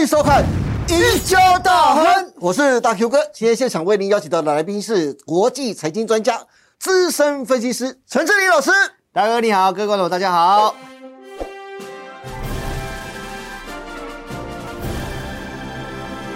迎收看《一家大亨》，我是大 Q 哥。今天现场为您邀请到的来宾是国际财经专家、资深分析师陈志林老师。大哥你好，各位观众大家好。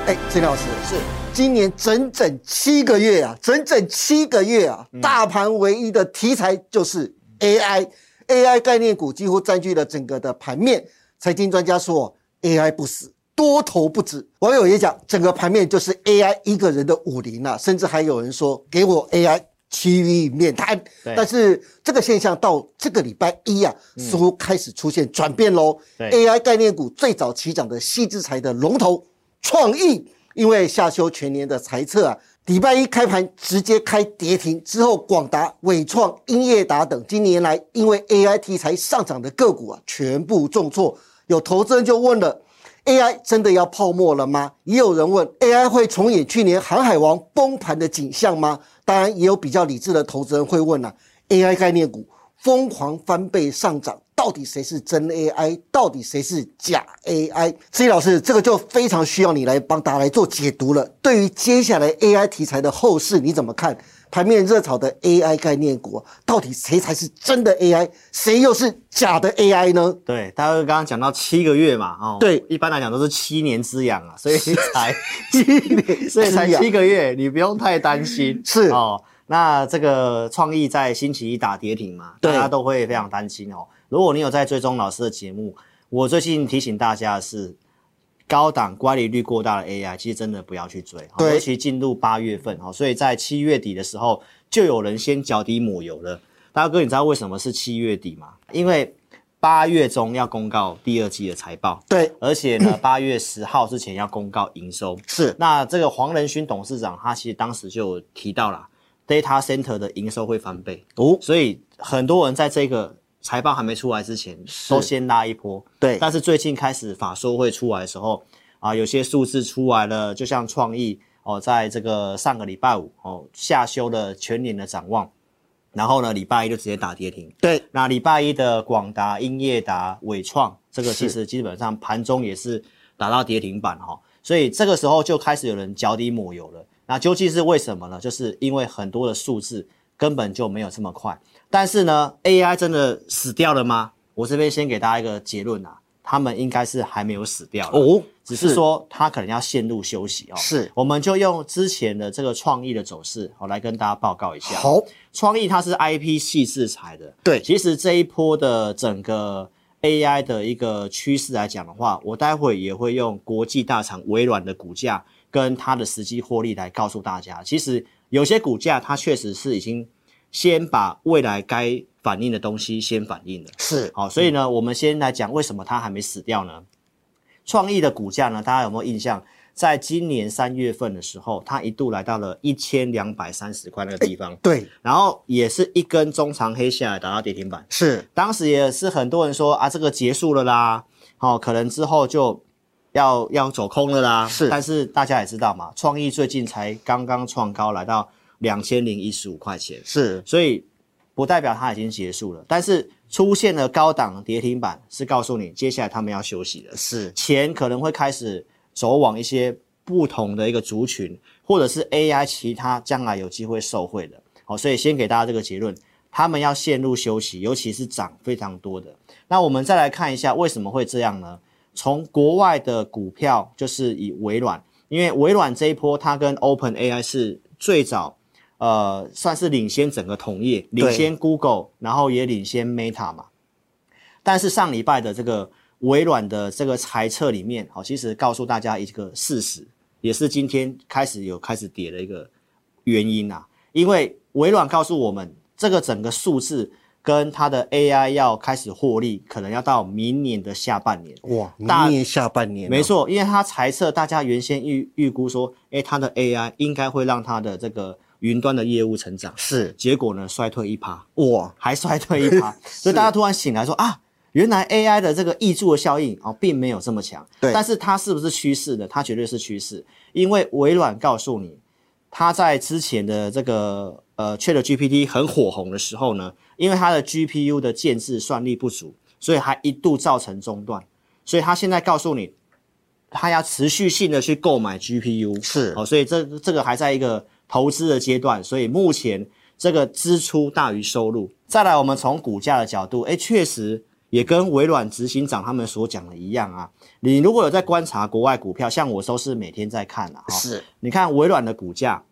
哎，志林老师是今年整整七个月啊，整整七个月啊，大盘唯一的题材就是 AI，AI、AI 概念股几乎占据了整个的盘面。财经专家说 AI 不死，多头不止。网友也讲，整个盘面就是 AI 一个人的武林啊，甚至还有人说给我 AI。其余免谈，对但是这个现象到这个礼拜一啊，似乎开始出现转变喽。对 AI 概念股最早起涨的西之财的龙头创意，因为下修全年的财测啊，礼拜一开盘直接开跌停，之后广达、伟创、英业达等今年来因为 AI 题材上涨的个股啊，全部重挫。有投资人就问了。AI 真的要泡沫了吗？也有人问 AI 会重演去年航海王崩盘的景象吗？当然，也有比较理智的投资人会问啊、，AI 概念股疯狂翻倍上涨，到底谁是真 AI？到底谁是假 AI？志毅老师，这个就非常需要你来帮大家来做解读了。对于接下来 AI 题材的后市，你怎么看？盘面热炒的 AI 概念股，到底谁才是真的 AI？谁又是假的 AI 呢？对，大哥刚刚讲到七个月嘛，哦，对一般来讲都是七年之痒啊，所以才 七年，所以才之痒七个月，你不用太担 心。是哦，那这个创意在星期一打跌停嘛，对大家都会非常担心哦。如果你有在追踪老师的节目，我最近提醒大家的是，高档乖离率过大的 AI，其实真的不要去追，哦对尤其进入八月份哦，所以在七月底的时候，就有人先脚底抹油了。大哥，你知道为什么是七月底吗？因为八月中要公告第二季的财报，对，而且 呢，八月十号之前要公告营收。是那这个黄仁勋董事长他其实当时就有提到啦 d a t a center 的营收会翻倍，哦，所以很多人在这个财报还没出来之前，都先拉一波。对但是最近开始法说会出来的时候，啊，有些数字出来了，就像创意哦，在这个上个礼拜五哦下修了全年的展望，然后呢，礼拜一就直接打跌停。对，那礼拜一的广达、英业达、伟创，这个其是实基本上盘中也是打到跌停板哈、所以这个时候就开始有人脚底抹油了。那究竟是为什么呢？就是因为很多的数字根本就没有这么快。但是呢，AI 真的死掉了吗？我这边先给大家一个结论啊，他们应该是还没有死掉啦哦，只是说它可能要陷入休息哦。是我们就用之前的这个创意的走势，我、来跟大家报告一下。好，创意它是 IP 系制裁的，对其实这一波的整个 AI 的一个趋势来讲的话，我待会也会用国际大厂微软的股价跟它的实际获利来告诉大家。其实有些股价它确实是已经先把未来该反应的东西先反应了。是好，所以呢，我们先来讲为什么它还没死掉呢？创意的股价呢，大家有没有印象？在今年三月份的时候，它一度来到了一千两百三十块那个地方，对，然后也是一根中长黑下来打到跌停板。是当时也是很多人说啊，这个结束了啦，好、可能之后就要要走空了啦。是但是大家也知道嘛，创意最近才刚刚创高，来到两千零一十五块钱。是所以不代表它已经结束了。但是出现了高档跌停板，是告诉你接下来他们要休息了，是钱可能会开始走往一些不同的一个族群，或者是 AI 其他将来有机会受惠的。好，所以先给大家这个结论。他们要陷入休息，尤其是涨非常多的。那我们再来看一下为什么会这样呢？从国外的股票，就是以微软，因为微软这一波它跟 Open AI 是最早，呃，算是领先整个同业，领先 Google，然后也领先 Meta 嘛。但是上礼拜的这个微软的这个猜测里面，好，其实告诉大家一个事实，也是今天开始有开始跌的一个原因啊，因为微软告诉我们，这个整个数字跟它的 AI 要开始获利，可能要到明年的下半年。哇，明大年下半年、哦没，错，因为它猜测大家原先预预估说，诶，它的 AI 应该会让它的这个云端的业务成长，是结果呢衰退一趴。哇，还衰退一 趴，所以大家突然醒来说啊，原来 AI 的这个溢注的效应哦，并没有这么强。对但是它是不是趋势呢？它绝对是趋势，因为微软告诉你，它在之前的这个呃 Chat GPT 很火红的时候呢，因为它的 GPU 的建制算力不足，所以还一度造成中断。所以它现在告诉你，它要持续性的去购买 GPU，是哦，所以这这个还在一个投资的阶段，所以目前这个支出大于收入。再来，我们从股价的角度，哎，确实也跟微软执行长他们所讲的一样啊。你如果有在观察国外股票，像我都是每天在看啊，哈是你看微软的股价，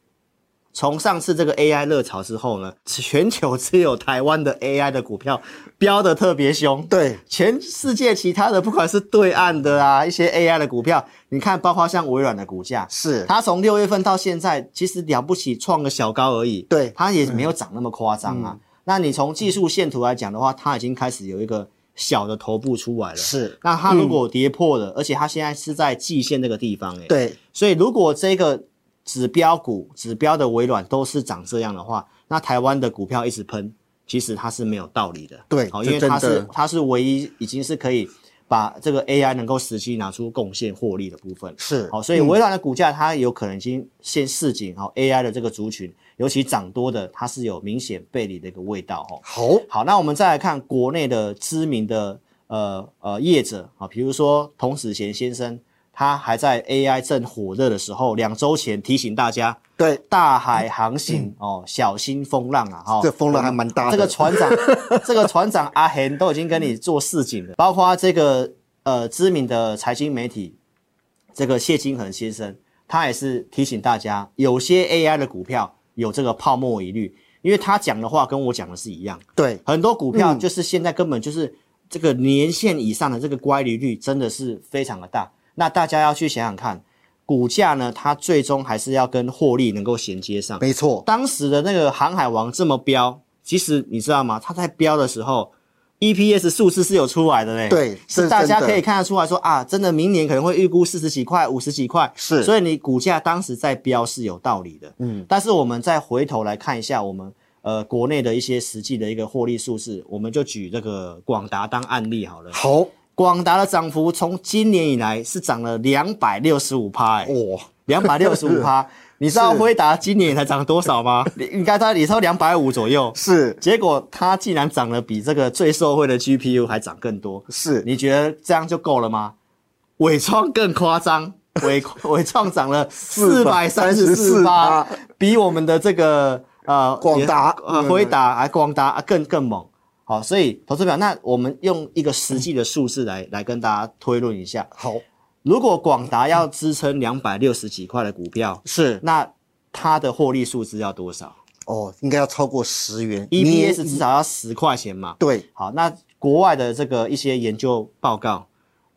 从上次这个 AI 热潮之后呢，全球只有台湾的 AI 的股票飙得特别凶。对，全世界其他的，不管是对岸的啊，一些 AI 的股票，你看，包括像微软的股价，是它从六月份到现在，其实了不起创个小高而已，对嗯它也没有涨那么夸张啊。那你从技术线图来讲的话，它已经开始有一个小的头部出来了。是，那它如果跌破了，而且它现在是在季线这个地方、欸，对，所以如果这个指标股、指标的微软都是长这样的话，那台湾的股票一直喷，其实它是没有道理的。对好，这因为它真的是它是唯一已经是可以把这个 AI 能够实际拿出贡献获利的部分。是好，所以微软的股价它有可能已经现市井好 AI 的这个族群，尤其涨多的，它是有明显背离的一个味道哦。好，好，那我们再来看国内的知名的呃呃业者啊，比如说童子贤先生，他还在 AI 正火热的时候，两周前提醒大家，对，大海航行哦，小心风浪啊！哈、这风浪还蛮大的。这个船长，这个船长阿恒都已经跟你做市井了，包括这个呃知名的财经媒体，这个谢金恒先生，他也是提醒大家，有些 AI 的股票有这个泡沫疑虑，因为他讲的话跟我讲的是一样，对，很多股票就是现在根本就是这个年限以上的这个乖离率真的是非常的大，那大家要去想想看，股价呢，它最终还是要跟获利能够衔接上。没错，当时的那个航海王这么飙，其实你知道吗？它在飙的时候，EPS 数字是有出来的嘞。对这是是大家真的可以看得出来说啊，真的明年可能会预估四十几块、五十几块。是所以你股价当时在飙是有道理的。嗯，但是我们再回头来看一下我们。呃，国内的一些实际的一个获利数字，我们就举这个广达当案例好了。好广达的涨幅从今年以来是涨了两百六十五趴，哎、哇，两百六 十五趴。你知道是辉达今年才涨多少吗？你你看它，你说两百五左右，是结果它竟然涨了比这个最受惠的 GPU 还涨更多，是，你觉得这样就够了吗？伟创更夸张，伟伟创涨了四百三十四趴434%，比我们的这个呃广达也呃嗯辉达啊广达啊更更猛。好，所以投资表，那我们用一个实际的数字来来跟大家推论一下，好如果广达要支撑两百六十几块的股票，是那它的获利数字要多少哦，应该要超过十元你也？EPS 至少要十块钱嘛。对好，那国外的这个一些研究报告，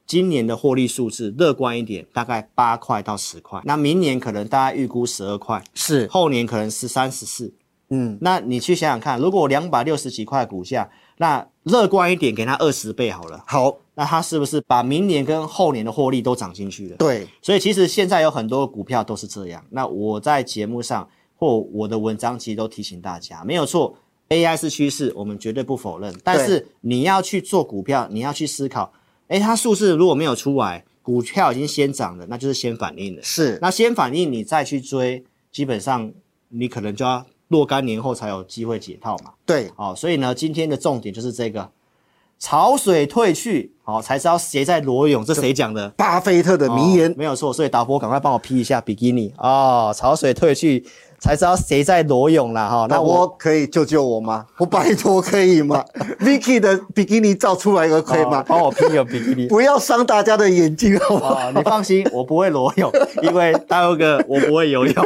今年的获利数字乐观一点，大概八块到十块。那明年可能大概预估十二块，是后年可能十三、十四。嗯，那你去想想看，如果两百六十几块的股价，那乐观一点，给它二十倍好了，好那它是不是把明年跟后年的获利都涨进去了？对所以其实现在有很多股票都是这样。那我在节目上或我的文章其实都提醒大家，没有错，AI 是趋势，我们绝对不否认。但是你要去做股票，你要去思考，诶，它数字如果没有出来，股票已经先涨了，那就是先反应了。是那先反应你再去追，基本上你可能就要若干年后才有机会解套嘛。对好、所以呢，今天的重点就是这个潮水退去，好、才知道谁在裸泳。这谁讲的？巴菲特的名哦言没有错，所以导播赶快帮我 P 一下比基尼哦，潮水退去才知道谁在裸泳啦哈、那那我我可以救救我吗？我拜托可以 吗？Vicky 的比基尼照出来一个可以哦吗？帮我 P 个比 基尼。不要伤大家的眼睛好吗？哦，你放心，我不会裸泳，因为大佑哥我不会游泳，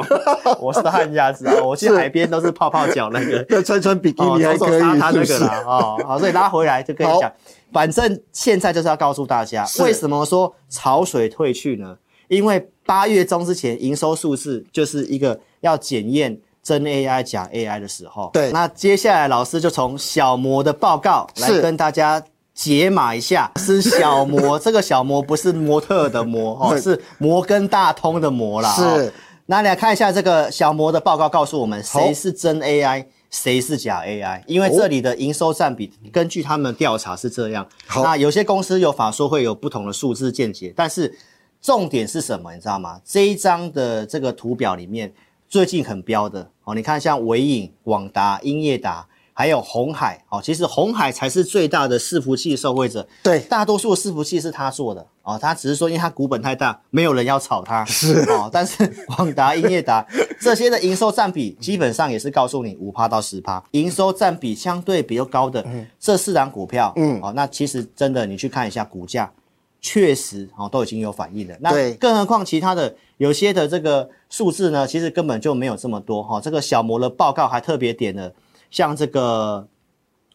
我是旱鸭子啊，我去是海边都是泡泡脚那个，那穿穿比基哦，尼还走走可沙以，滩是不那个是？啦，哦，好，所以拉回来就跟你讲好，反正现在就是要告诉大家，是为什么说潮水退去呢？因为八月中之前营收数字就是一个要检验真 AI 假 AI 的时候。对那接下来老师就从小摩的报告来是跟大家。解码一下，是小 摩，这个小摩不是模特的模哦，对是摩根大通的摩啦。哦是那你来看一下这个小摩的报告，告诉我们谁好是真 AI，谁是假 AI。因为这里的营收占比，根据他们的调查是这样。好那有些公司有法说会有不同的数字见解，但是重点是什么？你知道吗？这一张的这个图表里面，最近很标的哦，你看像伟影、广达、英业达，还有红海，哦，其实红海才是最大的伺服器受惠者。对，大多数的伺服器是他做的哦，他只是说因为他股本太大，没有人要炒他。是哦，但是广达、英业达这些的营收占比基本上也是告诉你五趴到十趴，营收占比相对比较高的、这四档股票，嗯，哦，那其实真的你去看一下股价，确实哦都已经有反应了。那对更何况其他的有些的这个数字呢，其实根本就没有这么多哈、哦。这个小摩的报告还特别点了，像这个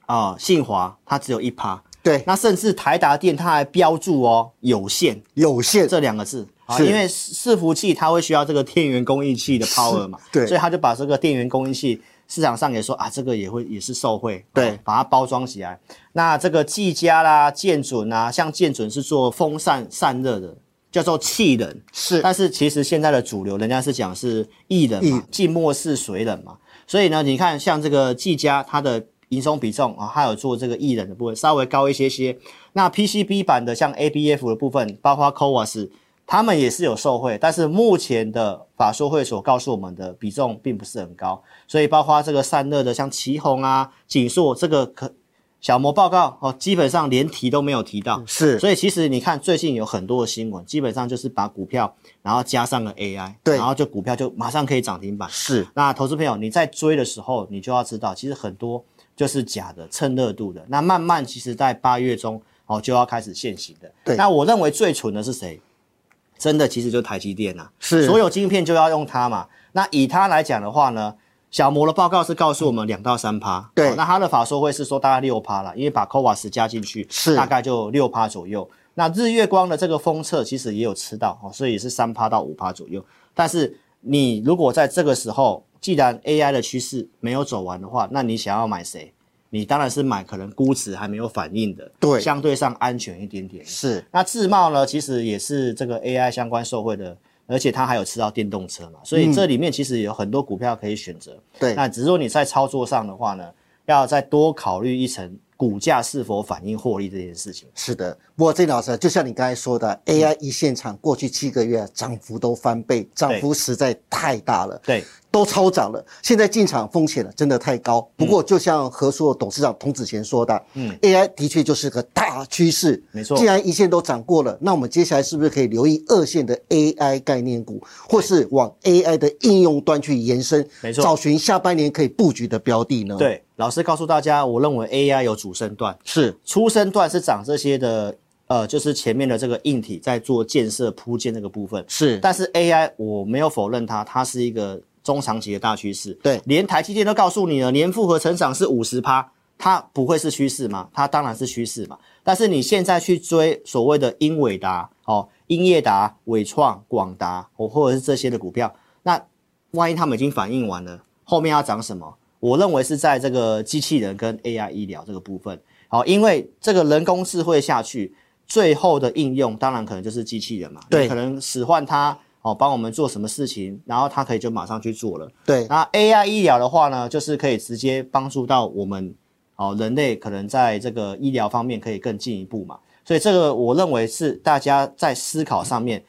啊、信华它只有一趴。对，那甚至台达电它还标注哦“有限有”限，这两个字啊，是因为伺服器它会需要这个电源供应器的 power 嘛，对所以它就把这个电源供应器市场上也说啊，这个也会也是受惠，对啊把它包装起来。那这个技嘉啦、建准啊，像建准是做风扇散热的，叫做气冷，是但是其实现在的主流，人家是讲是艺人嘛，静默是水冷嘛，所以呢，你看像这个技嘉，它的营收比重啊，它有做这个艺人的部分稍微高一些些。那 PCB 版的像 ABF 的部分，包括 CoWAS，他们也是有受惠，但是目前的法说会所告诉我们的比重并不是很高，所以包括这个散热的像旗宏啊、锦硕这个可小摩报告哦，基本上连提都没有提到。是，所以其实你看，最近有很多的新闻，基本上就是把股票，然后加上了 AI，对然后就股票就马上可以涨停板。是那投资朋友，你在追的时候，你就要知道，其实很多就是假的，蹭热度的。那慢慢，其实在八月中哦就要开始现行的。对那我认为最蠢的是谁？真的，其实就台积电啊，是所有晶片就要用它嘛。那以它来讲的话呢，小摩的报告是告诉我们两到三趴，对哦那它的法说会是说大概六趴啦，因为把 CoWAS 加进去，是大概就六趴左右。那日月光的这个封测其实也有吃到哦，所以也是三趴到五趴左右。但是你如果在这个时候，既然 AI 的趋势没有走完的话，那你想要买谁？你当然是买可能估值还没有反应的，对相对上安全一点点。是那智茂呢，其实也是这个 AI 相关受惠的，而且它还有吃到电动车嘛，所以这里面其实有很多股票可以选择。对那只是说你在操作上的话呢，要再多考虑一层股价是否反映获利这件事情。是的，不过郑老师，就像你刚才说的，AI 一现场过去七个月啊涨幅都翻倍，涨幅实在太大了。对，都超涨了，现在进场风险了真的太高。嗯不过，就像和硕董事长童子贤说的，嗯，AI 的确就是个大趋势，没错既然一线都涨过了，那我们接下来是不是可以留意二线的 AI 概念股，或是往 AI 的应用端去延伸，没错找寻下半年可以布局的标的呢？，对，老师告诉大家，我认为 AI 有主升段，是初升段是涨这些的，呃，就是前面的这个硬体在做建设铺建那个部分。是，但是 AI 我没有否认它，它是一个中长期的大趋势。对连台积电都告诉你了，年复合成长是五十趴，它不会是趋势吗？它当然是趋势嘛。但是你现在去追所谓的英伟达、哦英业达、伟创、广达，哦或者是这些的股票，那万一他们已经反应完了，后面要涨什么？我认为是在这个机器人跟 AI 医疗这个部分。好，因为这个人工智慧下去，最后的应用当然可能就是机器人嘛，对你可能使唤它哦，帮我们做什么事情，然后它可以就马上去做了。对，那 AI 医疗的话呢，就是可以直接帮助到我们哦，人类可能在这个医疗方面可以更进一步嘛。所以这个我认为是大家在思考上面，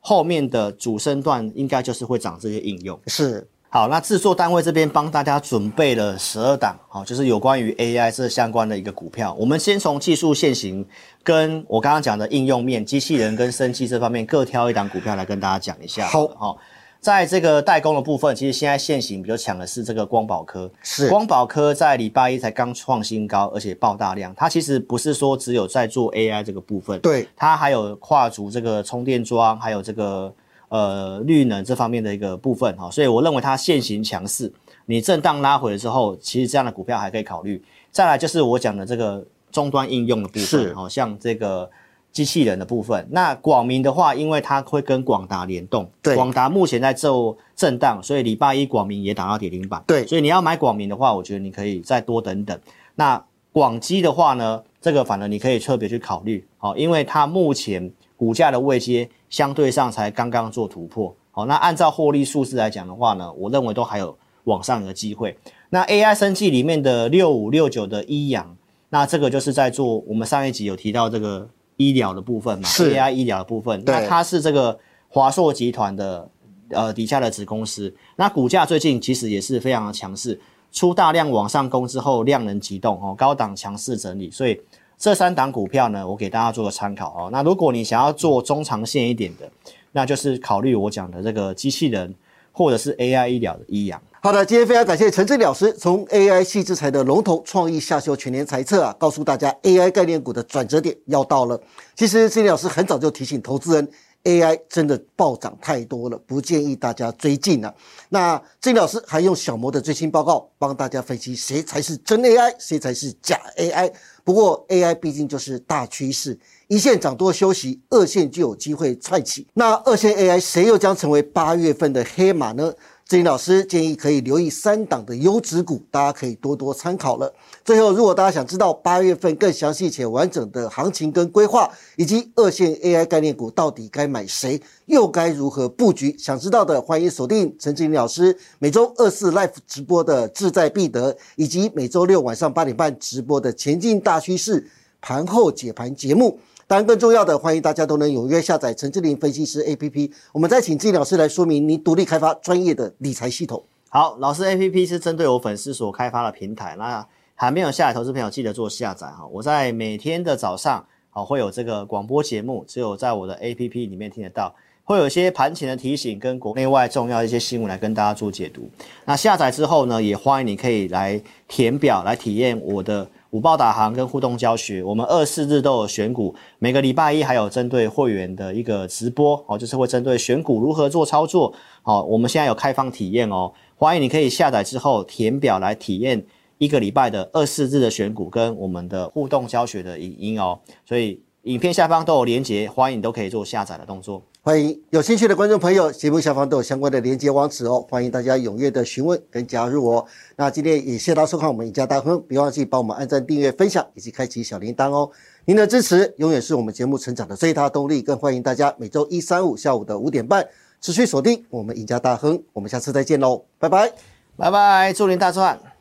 后面的主升段应该就是会长这些应用。是，好，那制作单位这边帮大家准备了十二档，好，就是有关于 AI 这相关的一个股票。我们先从技术现行跟我刚刚讲的应用面、机器人跟生技这方面各挑一档股票来跟大家讲一下。好好、在这个代工的部分，其实现在现行比较强的是这个光宝科，是光宝科在礼拜一才刚创新高，而且爆大量。它其实不是说只有在做 AI 这个部分，对，它还有跨足这个充电桩，还有这个呃绿能这方面的一个部分哈、所以我认为它现行强势，你震荡拉回了之后，其实这样的股票还可以考虑。再来就是我讲的这个终端应用的部是分，好、像这个机器人的部分。那广明的话，因为它会跟广达联动，对广达目前在做震荡，所以礼拜一广明也打到跌停板，对所以你要买广明的话，我觉得你可以再多等等。那广基的话呢，这个反而你可以特别去考虑，好、因为它目前股价的位阶相对上才刚刚做突破，好、那按照获利数字来讲的话呢，我认为都还有往上的机会。那 AI 生技里面的六五六九的一阳，那这个就是在做我们上一集有提到这个医疗的部分嘛是，AI 医疗的部分，对那它是这个华硕集团的呃底下的子公司，那股价最近其实也是非常的强势。出大量往上攻之后，量能急动哦，高档强势整理，所以这三档股票呢，我给大家做个参考哦。那如果你想要做中长线一点的，那就是考虑我讲的这个机器人或者是 AI 医疗的医阳。好的，今天非常感谢陈志老师从 AI 系制裁的龙头创意下修全年财测啊，告诉大家 AI 概念股的转折点要到了。其实志老师很早就提醒投资人，AI 真的暴涨太多了，不建议大家追进啊。那志老师还用小摩的最新报告帮大家分析谁才是真 AI，谁才是假 AI。不过 AI 毕竟就是大趋势，一线涨多休息，二线就有机会窜起。那二线 AI 谁又将成为八月份的黑马呢？志林老师建议可以留意三档的优质股，大家可以多多参考了。最后，如果大家想知道八月份更详细且完整的行情跟规划，以及二线 AI 概念股到底该买谁，又该如何布局，想知道的欢迎锁定陈志林老师每周二四 live 直播的志在必得，以及每周六晚上八点半直播的前进大趋势盘后解盘节目。当然，更重要的，欢迎大家都能踊跃下载陈志玲分析师 APP。我们再请志玲老师来说明您独立开发专业的理财系统。好，老师 A P P 是针对我粉丝所开发的平台，那还没有下载投资朋友记得做下载哈。我在每天的早上，好会有这个广播节目，只有在我的 A P P 里面听得到，会有一些盘前的提醒跟国内外重要的一些新闻来跟大家做解读。那下载之后呢，也欢迎你可以来填表来体验我的。五报打行跟互动教学，我们二四日都有选股，每个礼拜一还有针对会员的一个直播哦，就是会针对选股如何做操作哦。我们现在有开放体验哦，欢迎你可以下载之后填表来体验一个礼拜的二四日的选股跟我们的互动教学的影音哦。所以影片下方都有连结，欢迎你都可以做下载的动作。欢迎有兴趣的观众朋友，节目下方都有相关的连接网址哦，欢迎大家踊跃的询问跟加入哦。那今天也谢谢大家收看我们赢家大亨，别忘记帮我们按赞、订阅、分享以及开启小铃铛哦。您的支持永远是我们节目成长的最大动力，更欢迎大家每周一、三、五下午的五点半持续锁定我们赢家大亨。我们下次再见喽，拜拜。拜拜，祝您大赚！